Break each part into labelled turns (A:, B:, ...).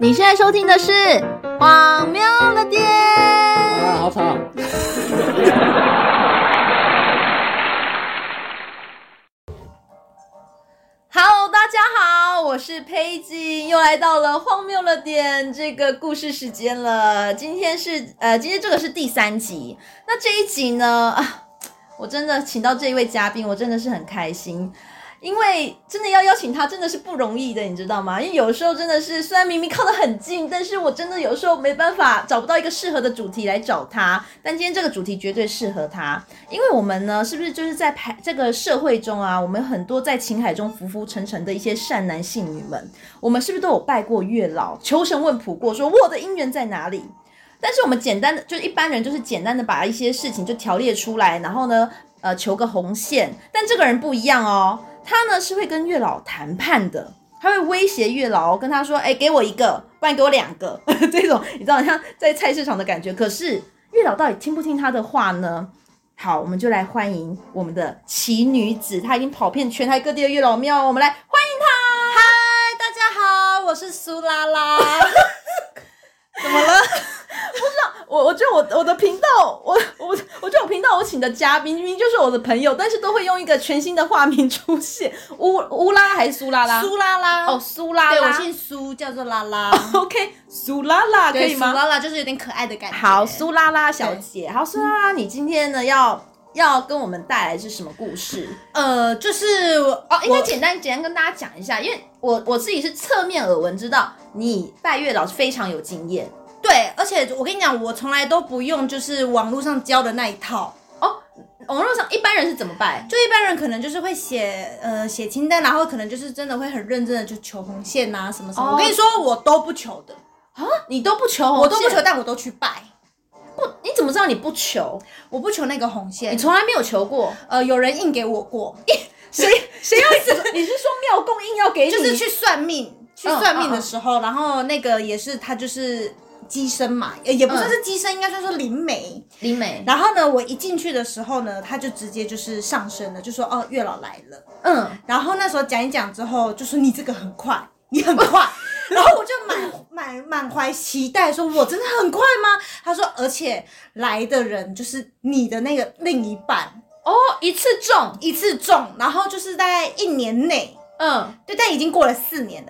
A: 你现在收听的是《荒谬了点》。
B: 啊，好吵！
A: Hello，大家好，我是佩锦，又来到了荒谬了点这个故事时间了。今天是呃，今天这个是第三集，那这一集呢啊，我真的请到这一位嘉宾，我真的是很开心。因为真的要邀请他真的是不容易的，你知道吗？因为有时候真的是虽然明明靠得很近，但是我真的有时候没办法找不到一个适合的主题来找他。但今天这个主题绝对适合他，因为我们呢，是不是就是在排这个社会中啊，我们很多在情海中浮浮沉沉的一些善男信女们，我们是不是都有拜过月老，求神问卜过，说我的姻缘在哪里？但是我们简单的，就是一般人就是简单的把一些事情就条列出来，然后呢，呃，求个红线。但这个人不一样哦，他呢是会跟月老谈判的，他会威胁月老，跟他说，哎，给我一个， 不然给我两个，这种你知道，像在菜市场的感觉。可是月老到底听不听他的话呢？好，我们就来欢迎我们的奇女子，她已经跑遍全台各地的月老庙，我们来欢迎她。嗨，大家好，我是苏拉拉。 怎么了？ 我我觉得我我的频道，我我我觉得我频道我请的嘉宾明明就是我的朋友，但是都会用一个全新的化名出现，乌乌拉还是苏拉拉？
C: 苏拉拉
A: 哦，，苏拉拉，
C: 对我姓苏，叫做拉拉，
A: OK，苏拉拉可
C: 对，
A: 以
C: 苏
A: 吗？
C: 拉拉就是有点可爱的感觉。
A: 好，苏拉拉小姐，好，苏拉拉，你今天呢要要跟我们带来是什么故事？
C: 呃，就是
A: 哦
C: 哦，，
A: 应该简单简单跟大家讲一下，因为我我自己是侧面耳闻知道你拜月老非常有经验
C: 对，而且我跟你讲，我从来都不用就是网络上教的那一套，
A: 哦。网络上一般人是怎么拜？
C: 就一般人可能就是会写呃写清单，然后可能就是真的会很认真的就求红线啊什么什么。
A: 哦
C: 我跟你说，我都不求的，
A: 你都不求红线，
C: 我都不求，但我都去拜，
A: 不，你怎么知道你不求？
C: 我不求那个红
A: 你
C: 线。
A: 从来没有求过，
C: 呃，有人硬给 我过，
A: 谁谁要 你是说庙公硬要给你？
C: 就是去算命，去算命的时候，然后那个也是他就是机身嘛，也也不算是机身，应该算是灵媒。
A: 灵媒，
C: 然后呢，我一进去的时候呢，他就直接就是上身了，就说哦，月老来了。
A: 嗯，
C: 然后那时候讲一讲之后，就说你这个很快，你很快。 然后我就满满满怀期待，说我真的很快吗？他说，而且来的人就是你的那个另一半，
A: 哦，一次中，
C: 一次中，然后就是大概一年内，
A: 嗯。
C: 对，但已经过了四年了。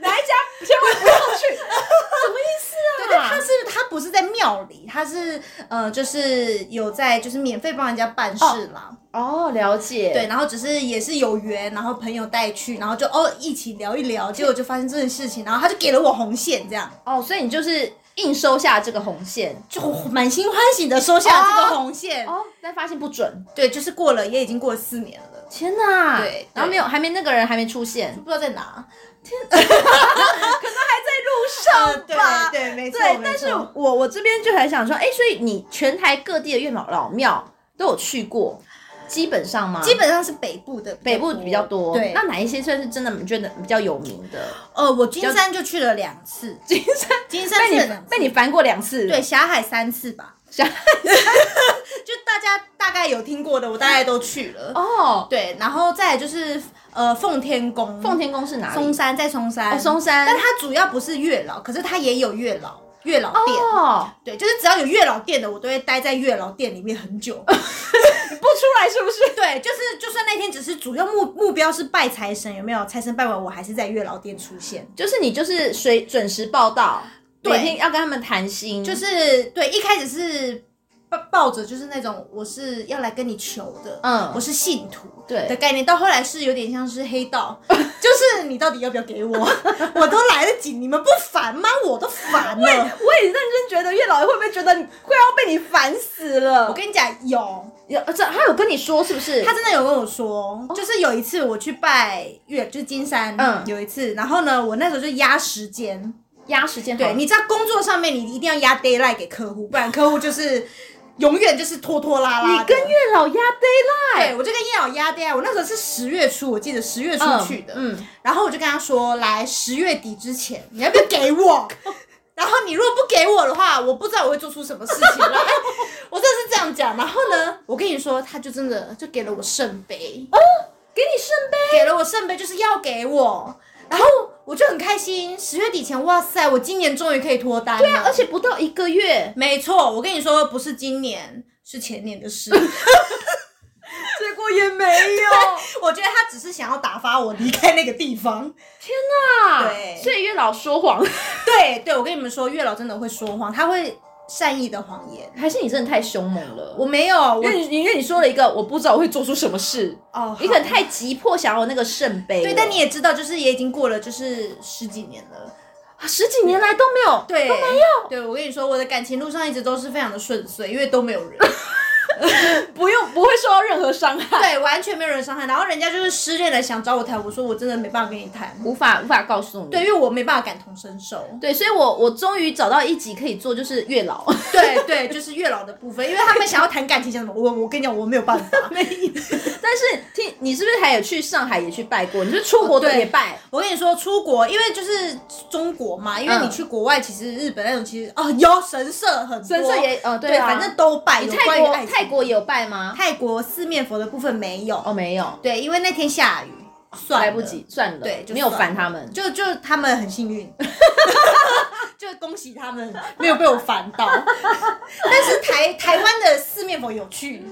A: 哪一家千万不要去， 什么意思啊？
C: 对，但他是他不是在庙里，他是呃，就是有在就是免费帮人家办事啦。
A: 哦，了解，
C: 对，，然后只是也是有缘，然后朋友带去，然后就哦一起聊一聊，结果就发生这件事情，然后他就给了我红线，这样
A: 哦，所以你就是硬收下这个红线，
C: 就满心欢喜的收下了这个红线。
A: 哦，但发现不准，
C: 对，就是过了，也已经过了四年了，
A: 天哪，
C: 对对
A: 然后没有，还没那个人还没出现，
C: 不知道在哪。
A: 在
C: 对对，没错，
A: 呃对，
C: 没
A: 但是
C: 错
A: 我我这边就很想说，哎，所以你全台各地的月老老庙都有去过，基本上吗？
C: 基本上是北部的，
A: 北部比较多，
C: 对，
A: 那哪一些算是真的你觉得比较有名的？
C: 呃，我金山就去了两次，
A: 金山
C: 金山
A: 被
C: 去了
A: 你
C: 两次，
A: 被你烦过两次，
C: 对，霞海三次吧，
A: 想
C: 就大家大概有听过的，我大概都去了。
A: 哦，
C: 对，然后再来就是呃奉天宫，
A: 奉天宫是哪里？
C: 松山在松山，
A: 哦松山
C: 但它主要不是月老，可是它也有月老月老店。
A: 哦，
C: 对，就是只要有月老店的，我都会待在月老店里面 很久。
A: 不出来是不是？
C: 对，就是就算那天只是主要目目标是拜财神，有没有？财神拜完，我还是在月老店出现。
A: 就是你就是随准时报道，
C: 对
A: 每天要跟他们谈心，
C: 就是对，一开始是抱抱着就是那种我是要来跟你求的，
A: 嗯
C: 我是信徒。
A: 对
C: 的概念，到后来是有点像是黑道， 就是你到底要不要给我？ 我都来得及，你们不烦吗？我都烦了。
A: 我也认真觉得月老会不会觉得你快要被你烦死了？
C: 我跟你讲，有
A: 有这他有跟你说是不是？
C: 他真的有跟我说，就是有一次我去拜月，就是金山，
A: 哦嗯
C: 有一次，然后呢，我那时候就压时间，
A: 压时间
C: 对，
A: 对
C: 你知道工作上面你一定要压 d a y l i g h t 给客户，不然客户就是永远就是拖拖拉拉的。
A: 你跟月老压 deadline
C: 对，我就跟叶老压 d a y l i g h t 我那时候是十月初，我记得十月初去的，
A: 嗯，嗯
C: 然后我就跟他说，来十月底之前你要不要 给我？然后你如果不给我的话，我不知道我会做出什么事情 来。我真的是这样讲。然后呢，我跟你说，他就真的就给了我圣杯，
A: 给你圣杯，
C: 给了我圣杯就是要给我。然后我就很开心。十月底前，哇塞，我今年终于可以脱单了。对
A: 对啊，而且不到一个月，
C: 没错，我跟你说，不是今年，是前年的事。
A: 结果也没有。
C: 我觉得他只是想要打发我离开那个地方。对
A: 啊所以月老说谎，
C: 对对，我跟你们说，月老真的会说谎，他会善意的谎言。
A: 还是你真的太凶猛了？
C: 我没有，我
A: 因为你因为你说了一个我不知道我会做出什么事，
C: 哦，
A: 你可能
C: 好
A: 太急迫想要那个圣杯了。
C: 对，但你也知道，就是也已经过了，就是十几年了。
A: 啊十几年来都没有。
C: 对，都没有。对，我跟你说，我的感情路上一直都是非常的顺遂，因为都没有人，
A: 不用不会受到任何伤害，
C: 对，完全没有人伤害。然后人家就是失恋了，想找我谈，我说我真的没办法跟你谈，
A: 无法无法告诉你。
C: 对，因为我没办法感同身受。
A: 对，所以我我终于找到一集可以做，就是月老。
C: 对对，就是月老的部分，因为他们想要谈感情，想什么，我我跟你讲，我没有办法。
A: 但是听你是不是还有去上海也去拜过？你是出国的
C: 哦对
A: 也拜？
C: 我跟你说，出国，因为就是中国嘛，因为
A: 嗯
C: 你去国外，其实日本那种其实哦，有神社很多，
A: 神社也呃
C: 对
A: 对啊
C: 反正都拜。
A: 你
C: 有
A: 泰
C: 关于
A: 国
C: 爱情
A: 泰国也有拜吗？
C: 泰国四面佛的部分没有，
A: 哦，没有，
C: 对，因为那天下雨，算了
A: 来不及，，算了，
C: 对就
A: 没有
C: 算了
A: 烦他们。
C: 就就他们很 幸运。就恭喜他们没有被我烦到， 但是台台湾的四面佛有去，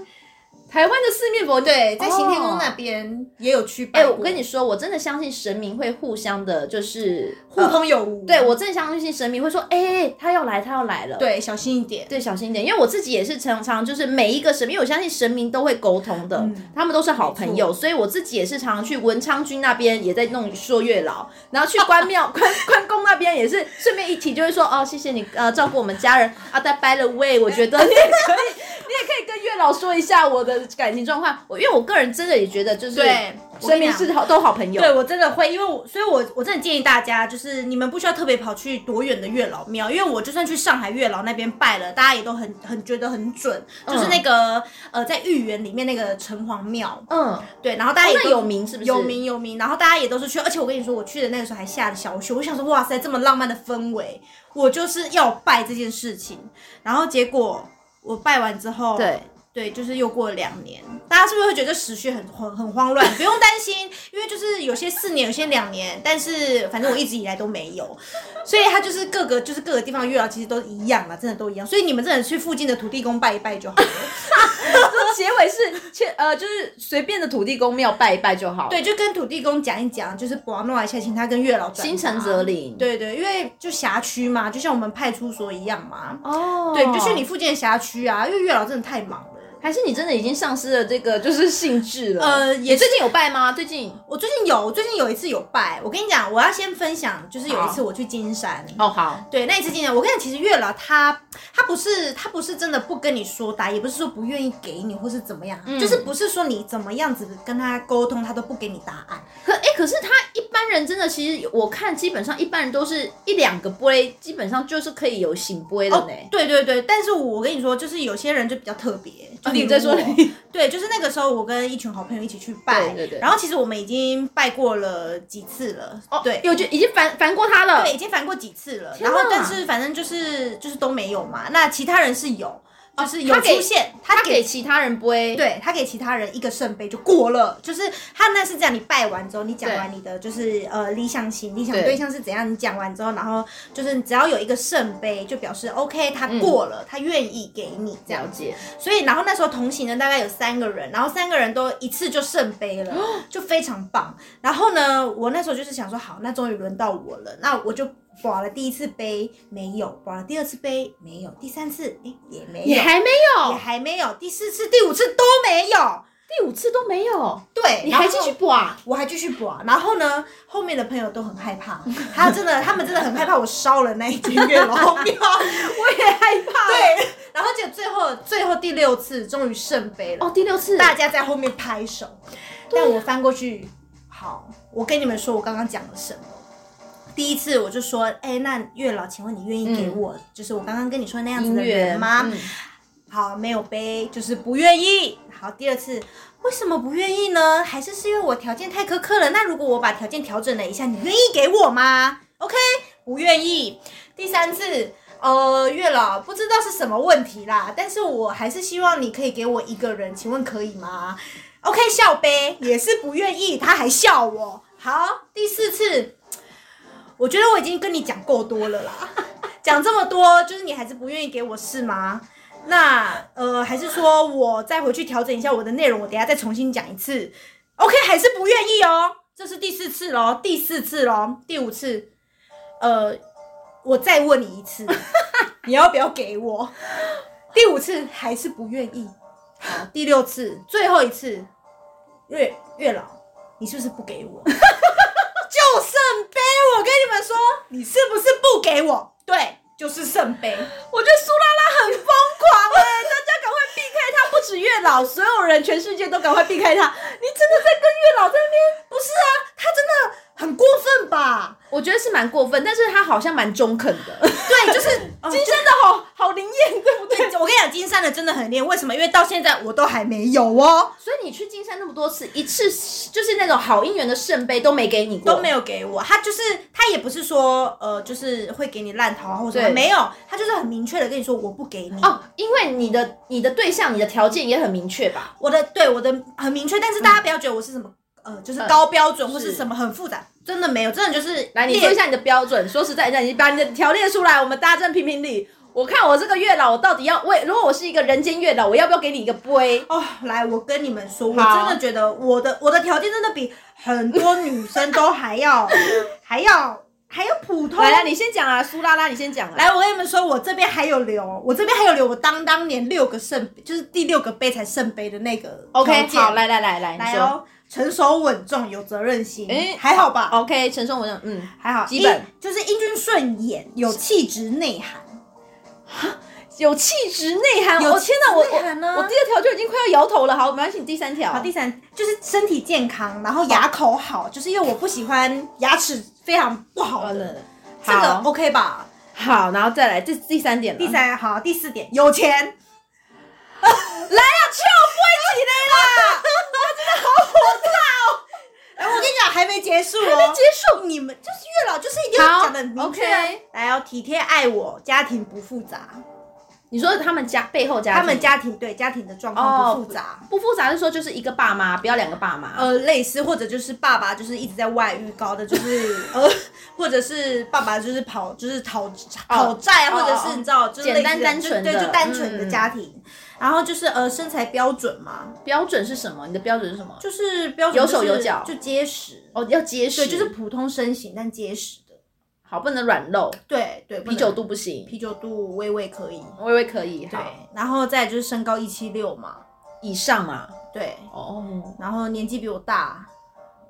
A: 台湾的四面佛
C: 对，在行天宫
A: 哦
C: 那边也有去拜
A: 哎、
C: 过。
A: 我跟你说，我真的相信神明会互相的，就是
C: 互
A: 呃
C: 通有无，
A: 对我真的相信神明会说，哎、他要来，他要来了。
C: 对，小心一点。
A: 对，小心一点，因为我自己也是常常就是每一个神明，因为我相信神明都会沟通的，他们都是好朋友，所以我自己也是常常去文昌君那边也在弄说月老，然后去关 庙关关公那边也是顺便一提，就会说哦，谢谢你呃照顾我们家人啊。但 by the way，我 觉得你也可以，你也可以跟月老说一下我的感情状况，我因为我个人真的也觉得就是
C: 对我跟
A: 神
C: 你
A: 明
C: 讲
A: 是好都好朋友，
C: 对我真的会，因为我，所以我我真的建议大家，就是你们不需要特别跑去多远的月老庙，因为我就算去上海月老那边拜了，大家也都很很觉得很准，就是那个、呃在豫园里面那个城隍庙，
A: 嗯，
C: 对，然后大家也
A: 哦
C: 都、
A: 那有名是不是
C: 有名有名，然后大家也都是去，而且我跟你说，我去的那个时候还下着小雪，我想说哇塞，这么浪漫的氛围，我就是要拜这件事情，然后结果我拜完之后，
A: 对。
C: 对，就是又过了两年，大家是不是会觉得时序很很很慌乱？不用担心，因为就是有些四年，有些两年，但是反正我一直以来都没有，所以它就是各个就是各个地方的月老其实都一样啦，真的都一样。所以你们真的去附近的土地公拜一拜就好了。
A: 结尾是切呃，就是随便的土地公庙拜一拜就好。
C: 对，，就跟土地公讲一讲，就是把弄一下，请啊他跟月老转达
A: 心诚则。灵。
C: 对对，因为就辖区嘛，就像我们派出所一样嘛。
A: 哦，
C: 对，你就去你附近的辖区啊，因为月老真的太忙了。
A: 还是你真的已经丧失了这个就是兴致了？
C: 呃也
A: 你最近有拜吗？最近
C: 我最近有，我最近有一次有拜，我跟你讲，我要先分享，就是有一次我去金山。
A: 哦好，
C: 对，那一次金山，我跟你讲，其实月老他他不是他不是真的不跟你说答，也不是说不愿意给你或是怎么样，
A: 嗯
C: 就是不是说你怎么样子跟他沟通，他都不给你答案。
A: 可哎、可是他一般人真的，其实我看基本上一般人都是一两个杯，基本上就是可以有醒杯了呢。
C: 对对对，但是我跟你说，就是有些人就比较特别，就
A: 哦
C: 例
A: 你
C: 如
A: 在说
C: 我
A: 你
C: 对，就是那个时候我跟一群好朋友一起去拜，
A: 对对对
C: 然后其实我们已经拜过了几次了，哦对，
A: 有就已经烦烦过他了。
C: 对，已经烦过几次了。
A: 天
C: 然
A: 哪
C: 后，但是反正就是就是都没有嘛。那其他人是有，就是有
A: 哦他给
C: 出现，
A: 他
C: 给
A: 给其他人杯，，
C: 对他给其他人一个圣杯就过了。就是他那是这样，你拜完之后，你讲完你的就是呃理想型、理想
A: 对
C: 对象是怎样，你讲完之后，然后就是只要有一个圣杯，就表示 OK，他过了，他愿意给你
A: 嗯
C: 这
A: 了
C: 样。
A: 解。
C: 所以，然后那时候同行的大概有三个人，然后三个人都一次就圣杯了，
A: 哦
C: 就非常棒。然后呢，我那时候就是想说，好，那终于轮到我了，那我就保了第一次杯没有，保了第二次杯没有，第三次哎也没有，
A: 也还没
C: 也
A: 有，
C: 还没有，第四次、第五次都没有。
A: 第五次都没有，
C: 对，
A: 你还
C: 然后
A: 继续 刮？
C: 我还继续补啊，然后呢，后面的朋友都很害怕，他真的，他 们真的很害怕我烧了那一间月 老庙，
A: 我也害怕。
C: 对，然后就最后最后第六次终于圣杯了，
A: 哦，第啊六次，
C: 大家在后面拍手，但我翻过去，好，我跟你们说我刚刚讲了什么。第一次我就说，哎、那月老，请问你愿意给我，就是我刚刚跟你说那样子
A: 嗯音
C: 的
A: 乐
C: 人吗？
A: 嗯
C: 好，没有杯，就是不愿意。好，第二次为什么不愿意呢？还是是因为我条件太苛刻了？那如果我把条件调整了一下，你愿意给我吗？OK，不愿意。第三次，呃，月老不知道是什么问题啦，但是我还是希望你可以给我一个人，请问可以吗？OK，笑呗，也是不愿意，他还笑我。好，第四次，我觉得我已经跟你讲够多了啦，讲这么多，就是你还是不愿意给我是吗？那呃，还是说我再回去调整一下我的内容，我等一下再重新讲一次？OK，还是不愿意哦，这是第四次喽，第四次喽，第五次，呃，我再问你一次，你要不要给我？第五次还是不愿意，好，第六次，最后一次，月月老，你是不是不给我？就圣杯，我跟你们说，你是不是不给我？对，就是圣杯。
A: 我觉得苏拉拉很疯狂哎、大家赶快避开他！不止月老，所有人，全世界都赶快避开他！你真的在跟月老在那边？
C: 不是啊，他真的很过分吧？
A: 我觉得是蛮过分，但是他好像蛮中肯的。哦
C: 对，就是
A: 金山的好好灵验，对不对？
C: 哦对，我跟你讲，金山的真的很练，为什么？因为到现在我都还没有哦，
A: 所以你去金山那么多次，一次就是那种好姻缘的圣杯都没给你过，
C: 都没有给我。他就是他也不是说呃，就是会给你烂桃啊花或者
A: 对
C: 没有，他就是很明确的跟你说我不给你。
A: 哦，因为你的你的对象、你的条件也很明确吧？
C: 我的对我的很明确，但是大家不要觉得我是什么、呃，就是
A: 嗯
C: 高标准或
A: 是
C: 是什么很复杂，真的没有，真的就是
A: 来，你
C: 列
A: 说一下你的标准。说实在的，你把你的条列出来，我们大家评评理。我看我这个月老，我到底要为？如果我是一个人间月老，我要不要给你一个杯？
C: 哦，来，我跟你们说，我
A: 好
C: 真的觉得我的我的条件真的比很多女生都 还要还要还要普通。
A: 来来，你先讲啊，苏拉拉，你先讲啊。
C: 来，我跟你们说，我这边还有留，我这边还有留，我当当年六个圣，就是第六个杯才圣杯的那个条
A: ，OK，
C: 件
A: 好，来来来来，你
C: 来
A: 说。
C: 哦，成熟稳重，有责任心，
A: 诶
C: 还好吧？
A: OK，陈松文，嗯，
C: 还好，
A: 基本
C: 英就是英俊顺眼，有气质内涵。
A: 有气质内涵。
C: 有
A: 我天哪，我
C: 气质内涵啊
A: 我我第二条就已经快要摇头了。好，没关系，你第三条。
C: 好，第三就是身体健康，然后牙口好，就是因为我不喜欢牙齿非常不好
A: 好
C: 的
A: 了，，
C: 这个
A: 好
C: OK 吧？
A: 好，然后再来，这是第三点了。
C: 第三好，第四点有钱，
A: 来啊，翘
C: 啊 哎、我跟你讲还没结束哦，还没结束，你们就是月老就是一定要
A: 好
C: 讲的明确啊、
A: OK
C: 来哦，体贴爱我，家庭不复杂，
A: 你说他们家背后家庭，
C: 他们家庭对家庭的状况不复杂。
A: 不复杂，是说就是一个爸妈，不要两个爸妈。
C: 呃，类似或者就是爸爸就是一直在外遇，搞的就是 呃，或者是爸爸就是跑就是讨讨债，
A: 哦
C: 或者
A: 哦
C: 是你知道，就是类似的
A: 简单单纯的
C: 就对，就单纯的
A: 嗯
C: 家庭。然后就是呃，身材标准嘛，
A: 标准是什么？你的标准是什么？
C: 就是标准、
A: 有
C: 就是、
A: 手有脚
C: 就结实，
A: 哦，要结实，
C: 对，就是普通身形但结实的。
A: 好，不能软肉，
C: 对对，不
A: 啤
C: 能
A: 酒肚不行，
C: 啤酒肚微微可以。
A: 微微可以，
C: 对
A: 好，，
C: 然后再就是身高一七六嘛，
A: 以上嘛。
C: 对，
A: 哦，
C: 然后年纪比我大，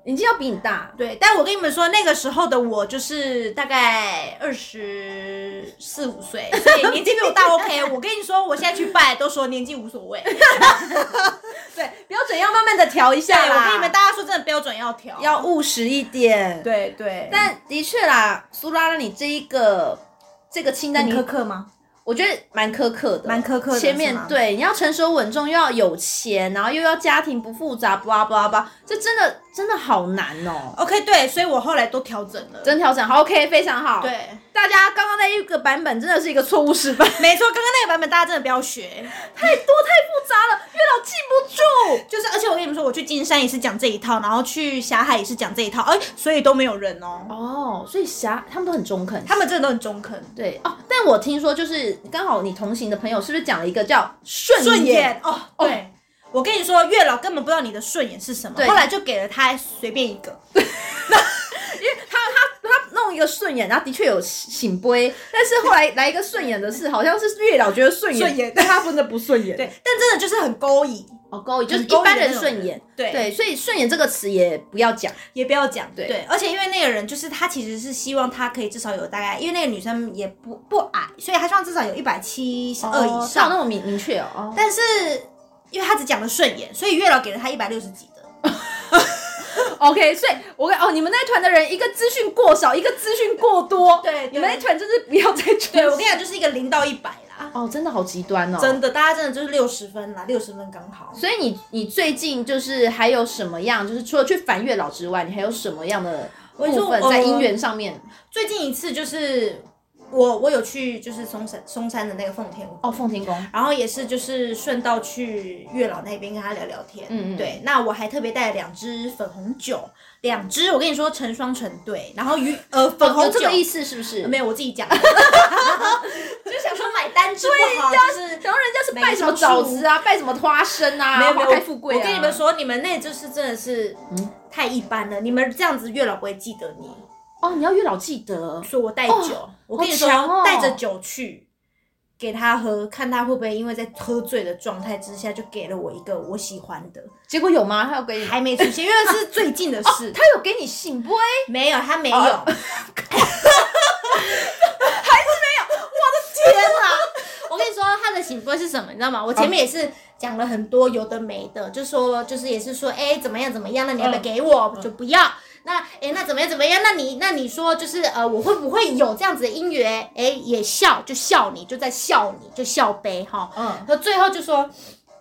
A: 年纪要比你大，
C: 对，但我跟你们说，那个时候的我就是大概二十四五岁，所以年纪比我 大 OK。我跟你说，我现在去拜都说年纪无所谓。对，
A: 对，标准要慢慢的调一下啦。
C: 我跟你们大家说，真的标准要调，
A: 要务实一点。，
C: 对对，
A: 但的确啦，苏拉拉，你这一个这个清单
C: 很
A: 你
C: 苛刻吗？
A: 我觉得蛮苛刻的，
C: 蛮苛刻的
A: 前
C: 是
A: 面
C: 吗
A: 对，你要成熟稳重，又要有钱，然后又要家庭不复杂，巴拉巴拉巴拉，这真的真的好难哦。
C: OK，对，所以我后来都调整了。
A: 真调整好，OK，非常好。，
C: 对，
A: 大家刚刚那一个版本真的是一个错误示范，
C: 没错，刚刚那个版本大家真的不要学。
A: 太多太复杂了，月老记不住。
C: 就是，而且我跟你们说，我去金山也是讲这一套，然后去霞海也是讲这一套，哎、所以都没有人哦。
A: 哦，所以侠他们都很中肯，
C: 他们真的都很中肯，
A: 对哦。但我听说就是刚好你同行的朋友是不是讲了一个叫顺
C: 顺
A: 眼
C: 眼哦。对，我跟你说，月老根本不知道你的顺眼是什么，
A: 对
C: 后来就给了他随便一个。
A: 他他他弄一个顺眼，然后的确有醒杯，但是后来来一个顺眼的是，好像是月老觉得顺眼，
C: 顺眼
A: 但他真的不顺眼。
C: 对，，但真的就是很勾引，
A: 哦，勾引就是
C: 很勾
A: 一
C: 引的
A: 般
C: 那种
A: 人顺眼。
C: 对
A: 对，所以顺眼这个词也不要讲。
C: 也不要讲。
A: 对
C: 而且因为那个人就是他，其实是希望他可以至少有大概，因为那个女生也不不矮，所以他希望至少有一百七十二以
A: 像
C: 上。
A: 那么明明确哦。
C: 但是因为他只讲了顺眼，所以月老给了他一百六十几的。
A: 哦 OK，所以我跟哦，你们那团的人一个资讯过少，一个资讯过多。
C: 对对
A: 你们那团真是不要再追。
C: 对我跟你讲，就是一个零到一百啦。
A: 哦，真的好极端哦。
C: 真的，大家真的就是六十分啦，六十分刚好。
A: 所以你你最近就是还有什么样，就是除了去烦月老之外，你还有什么样的
C: 跟你说
A: 部分
C: 我
A: 在姻缘上面？
C: 最近一次就是我我有去就是松山松山的那个奉天宫
A: 哦，凤天宫，
C: 然后也是就是顺道去月老那边跟他聊聊天，
A: 嗯嗯
C: 对。那我还特别带了两支粉红酒，两支我跟你说成双成对，然后鱼呃粉红
A: 哦有
C: 酒
A: 这个意思是不是？
C: 没有我自己讲 的，就想说买单支不好，就是
A: 然后人家是拜什么枣子啊，拜什么花生啊，
C: 没有没
A: 花
C: 有
A: 开富贵啊。嗯
C: 我跟你们说，你们那就是真的是太一般了，你们这样子月老不会记得你，
A: 哦，你要月老记得，
C: 所以我带
A: 哦
C: 酒，我跟你说
A: 好强哦
C: 带着酒去。给他喝，看他会不会因为在喝醉的状态之下，就给了我一个我喜欢的。
A: 结果有吗？他有给你，
C: 还没出现，因为是最近的事。
A: 他有给你信不？
C: 没有，他没有，
A: 哦
C: 还是没有。我的天啊！我跟你说，他的醒波是什么，你知道吗？我前面也是讲了很多有的没的，就说就是也是说，哎、怎么样怎么样？那你要不要给我？我就不要。那哎、那怎么样怎么样？那你那你说就是呃，我会不会有这样子的姻缘？哎、也笑就笑你，就在笑你，就笑呗哈。
A: 嗯，
C: 可最后就说。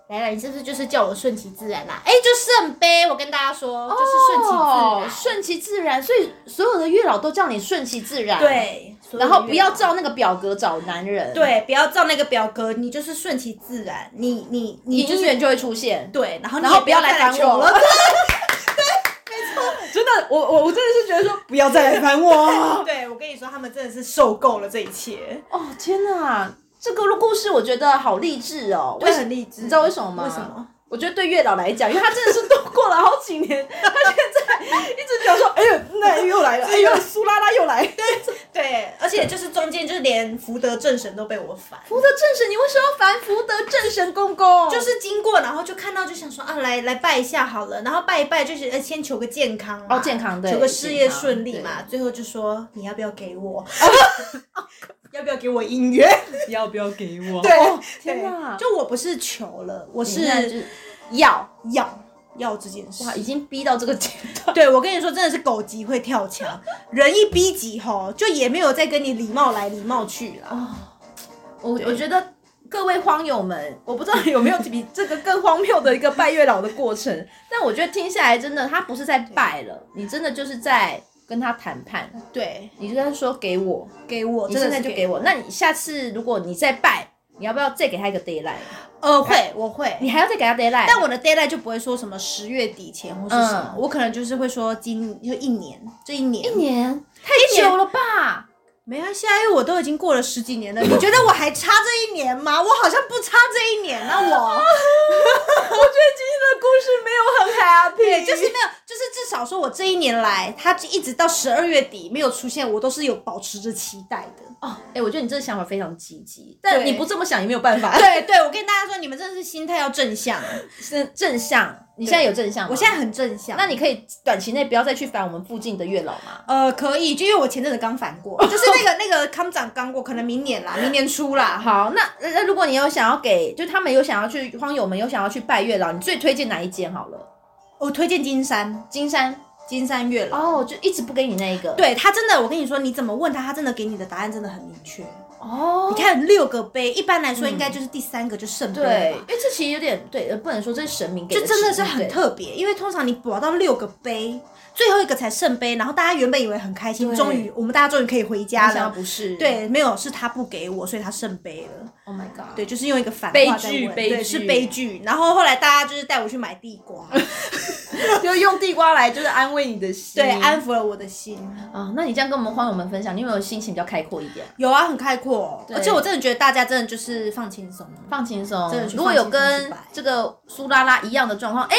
C: 来来，你是不是就是叫我顺其自然啦、哎，就顺呗。我跟大家说，就是顺其自然。
A: 顺其自然。所以所有的月老都叫你顺其自然，，
C: 对，
A: 然后不要照那个表格找男人，，
C: 对，不要照那个表格，你就是顺其自然，你你你
A: 你姻缘就会出现。
C: 对，然后
A: 然
C: 然
A: 后
C: 后
A: 不要来烦我
C: 了，
A: 真的，我我我真的是觉得说，
C: 不要再来烦我。 对，我跟你说，他们真的是受够了这一切，
A: 哦天哪，这个故事我觉得好励志哦。为
C: 我
A: 什
C: 很励志。
A: 你知道为什么吗？
C: 为什么？
A: 我觉得对月老来讲，因为他真的是都过了好几 年，他现在一直讲说，哎呦，那又来 了，哎呦，苏拉拉又来。
C: 对，而且就是中间就是连福德正神都被我烦，
A: 福德正神，你为什么要烦福德正神公公？
C: 就是经过然后就看到就想说啊，来来拜一下好了，然后拜一拜就是呃先求个健康嘛
A: 哦健康对
C: 求个事业
A: 健康
C: 顺利嘛，最后就说你要不要给我，哦 要不要给我姻缘？
B: 要不要给我？
C: 对，
A: 哦天哪
C: 就我不是求了，我是
A: 你看就是要
C: 要要这件事。
A: 哇，已经逼到这个阶段，
C: 对我跟你说，真的是狗急会跳墙，人一逼急吼，就也没有再跟你礼貌来礼貌去啦。
A: 哦我我觉得。各位荒友们，我不知道有没有比这个更荒谬的一个拜月老的过 程，但我觉得听下来真的，他不是在拜了，你真的就是在跟他谈判，
C: 对，
A: 你就跟他说给我，
C: 给我
A: 你
C: 真
A: 现
C: 的
A: 在
C: 是
A: 就给
C: 我，
A: 我，那你下次如果你再拜，你要不要再给他一个 d a y l i g h t
C: 呃，会，我会。
A: 你还要再给他 d a y l i g h t
C: 但我的 d a y l i g h t 就不会说什么十月底前或是什么，
A: 嗯
C: 我可能就是会说今就一年，这一年，
A: 一年太
C: 一年
A: 久了吧？
C: 没关系啊，因为我都已经过了十几年了，你觉得我还差这一年吗？我好像不差这一年啊，我。
A: 我觉得今天的故事没有很 happy，
C: 就是没有，就是至少说我这一年来，他一直到十二月底没有出现，我都是有保持着期待的。
A: 哦，哎、我觉得你这个想法非常积极，但
C: 对
A: 你不这么想也没有办法。
C: 对对，我跟大家说，你们真的是心态要正向。
A: 是正向，你现在有正向吗？
C: 我现在很正向。
A: 那你可以短期内不要再去烦我们附近的月老嘛。
C: 呃可以，就因为我前阵子刚反过， 就是那个那个康长刚过，可能明年啦，明年 初啦。哈，
A: 好，那那那如果你有想要给，就他们有想要去荒友们有想要去拜月老，你最推荐哪一间好了？
C: 我推荐金山，
A: 金山
C: 金山月老。
A: 哦，就一直不给你那一个。
C: 对他真的，我跟你说，你怎么问他，他真的给你的答案真的很明确。
A: 哦，
C: 你看六个杯，一般来说应该就是第三个就圣杯
A: 嗯对
C: 了吧，
A: 因为这其实有点对，呃不能说这是神明给
C: 就真的是
A: 指引
C: 很。特别，因为通常你保到六个杯，最后一个才圣杯，然后大家原本以为很开心，
A: 对
C: 终于我们大家终于可以回
A: 对
C: 家
A: 没想到
C: 了。
A: 不是。
C: 对，没有，是他不给我，所以他圣杯了。
A: ，Oh my god。
C: 对，就是用一个反
B: 悲
C: 话在
B: 剧
C: 问
B: 悲
C: 对，
B: 剧
C: 是悲剧。然后后来大家就是带我去买地 瓜，
A: 就用地瓜来就是安慰你的心。
C: 对，安抚了我的心。
A: 啊，那你这样跟我们荒友们分享，你有没有心情比较开阔一点？
C: 有啊，很开阔，
A: 对
C: 而且我真的觉得大家真的就是放轻松。
A: 放轻松
C: 真的。是
A: 如果有
C: 放轻松
A: 跟
C: 去摆
A: 这个苏拉拉一样的状况，哎、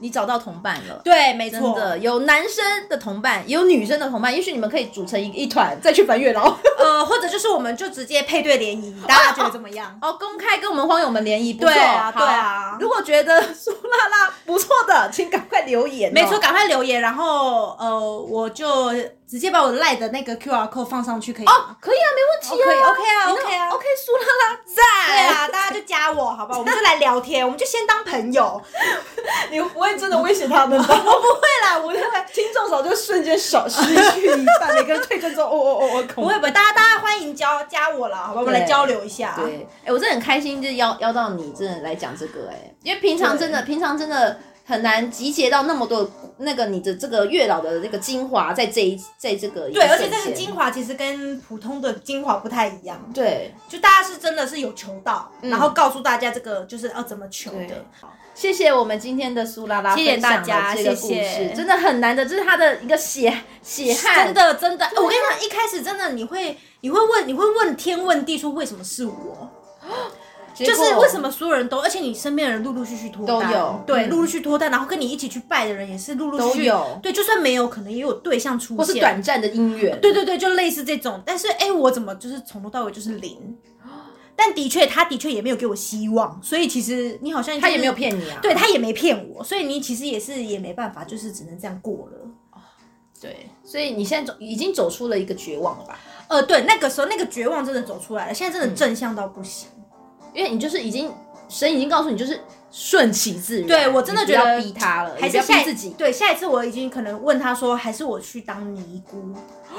A: 你找到同伴了。
C: 对，没
A: 真
C: 错，
A: 的有男生的同伴，也有女生的同伴，也许你们可以组成一一团再去翻月 老
C: 呃，或者就是我们就直接配对联谊，大家觉得怎么样？
A: 哦，公开跟我们荒友们联谊，不错，
C: 对啊，
A: 好
C: 对。啊。
A: 如果觉得苏拉拉不错的，请赶快留言、
C: 没错，，赶快留言，然后呃，我就直接把我赖的那个 QR code 放上去，可以吗？
A: 可以啊，没问题啊
C: OK，OK 啊
A: 你那
C: OK 啊
A: OK，苏拉拉在。
C: 对啊， 大家就加我，好吧？我们就来聊天，我们就先当朋 友。
A: 你不会真的威胁他们吧？ 我不会啦，我认为 听众早就瞬间少失去一半，每个人退坑之后，哦哦哦哦，恐
C: 不会不会，大家大家欢迎交加我啦，好吧？我们来
A: 对
C: 交流一下。
A: 对，哎、我真的很开心，就是邀邀到你，真的来讲这个、哎，因为平常真的，平常真的。很难集结到那么多的那个你的这个月老的那个精华在这一在这个一
C: 对，而且
A: 瞬
C: 这个
A: 间
C: 精华其实跟普通的精华不太一样，
A: 对，
C: 就大家是真的是有求到，
A: 嗯
C: 然后告诉大家这个就是呃要怎么求
A: 对
C: 的。
A: 谢谢我们今天的苏拉拉
D: 谢谢
A: 分享
D: 大家
A: 的这个故事，
D: 谢谢
A: 真的很难的，这是他的一个血血汗，
D: 真的真的，
C: 哎我跟你讲，一开始真的你会你会问你会问天问地说为什么是我，
A: 结
C: 就
A: 果
C: 是为什么所有人都，而且你身边的人陆陆续续脱单，
A: 都有
C: 对，
A: 嗯
C: 陆陆续续脱单，然后跟你一起去拜的人也是陆陆续
A: 都
C: 续
A: 有
C: 对，就算没有，可能也有对象出现，
A: 或是短暂的姻缘，
C: 对对对，就类似这种。但是哎、诶我怎么就是从头到尾就是零？但的确，他的确也没有给我希望，所以其实你好像、
A: 他也没有，骗你啊，
C: 对他也没骗我，所以你其实也是也没办法，就是只能这样过了。
A: 对，所以你现在走已经走出了一个绝望了吧？
C: 呃，对，那个时候那个绝望真的走出来了，现在
A: 嗯
C: 真的正向到不行。
A: 因为你就是已经神已经告诉你，就是顺其自然。
C: 对我真的
A: 你不要
C: 觉得
A: 逼他了，
C: 还
A: 你
C: 是
A: 不要逼
C: 下
A: 自己。
C: 对，下一次我已经可能问他说，还是我去当尼姑，
A: 哦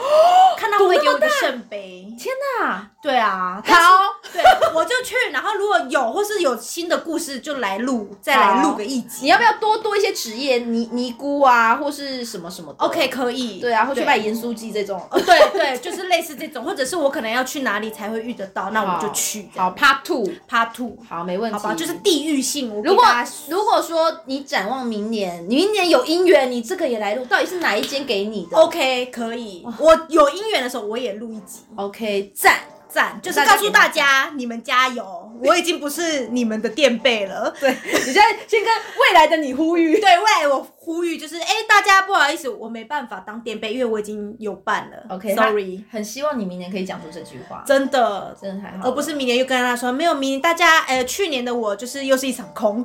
C: 看他会不会给我一个圣杯。
A: 天哪，
C: 对啊，但是
A: 好，
C: 对，我就去，然后如果有或是有新的故事，就来录，再来
A: 好
C: 录个一集。
A: 你要不要多多一些职业尼尼姑啊，或是什么什么的
C: OK 可以？
A: 对啊，或去
C: 对
A: 拜盐酥鸡这种。
C: 哦，对对，就是类似这种，或者是我可能要去哪里才会遇得到，那我就去。
A: 哦好，Part Two，
C: ，Part Two，
A: 好，没问题。
C: 好吧，就是地域性。我给
A: 如果
C: 大家
A: 如果说你展望明年，你明年有姻缘，你这个也来录，到底是哪一间给你的
C: OK 可以，我有姻缘的时候我也录一集，
A: ？OK，赞。
C: 赞，就是
A: 大家
C: 告诉大家你们加油， 我已经不是你们的垫背了。对
A: 你现在先跟未来的你呼吁。
C: 对，未来我呼吁就是，哎，大家不好意思，我没办法当垫背，因为我已经有伴了。
A: OK，Sorry，
C: OK，Sorry，
A: 很希望你明年可以讲出这句话，
C: 真的。
A: 真的太好了，
C: 而不是明年又跟他说没有明年，大家呃去年的我就是又是一场 空，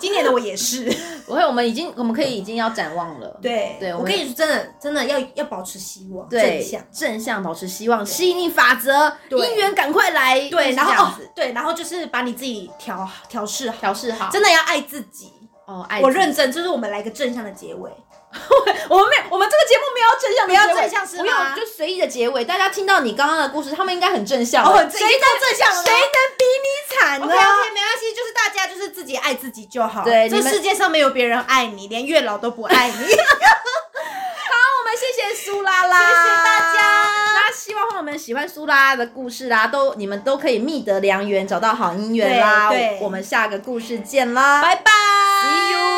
C: 今年的我也是。
A: 不会，我们已经我们可以已经要展望了。
C: 对，
A: 对，
C: 我
A: 们
C: 跟你说，真的，真的要要保持希望，
A: 对
C: 正向。
A: 正向保持希望，吸引力法则，
C: 对
A: 姻缘赶快来。
C: 对，
A: 就是
C: 然后
A: 这样
C: 哦
A: 子，
C: 对，然后就是把你自己调调试好，
A: 调试好，
C: 真的要爱自己。
A: 哦，爱
C: 我
A: 自己
C: 认真，就是我们来个正向的结尾。
A: 我们没有，我们这个节目没有要正向的结尾，
C: 不要正向是吗
A: 不用就随意的结尾。大家听到你刚刚的故事，他们应该很正向。
C: 哦很正
A: 谁能
C: 正向了吗
A: 谁能比你惨
C: OK
A: 呢
C: OK，没关系，就是大家就是自己爱自己就好。
A: 对
C: 这
A: 你们
C: 世界上没有别人爱你，连月老都不爱你。
A: 我们谢谢苏拉拉，
C: 谢谢大家
A: 那希望朋友们喜欢苏拉拉的故事啦，都你们都可以觅得良缘，找到好姻缘啦。
C: 对对
A: 我我们下个故事见啦，
C: 拜拜
A: See you。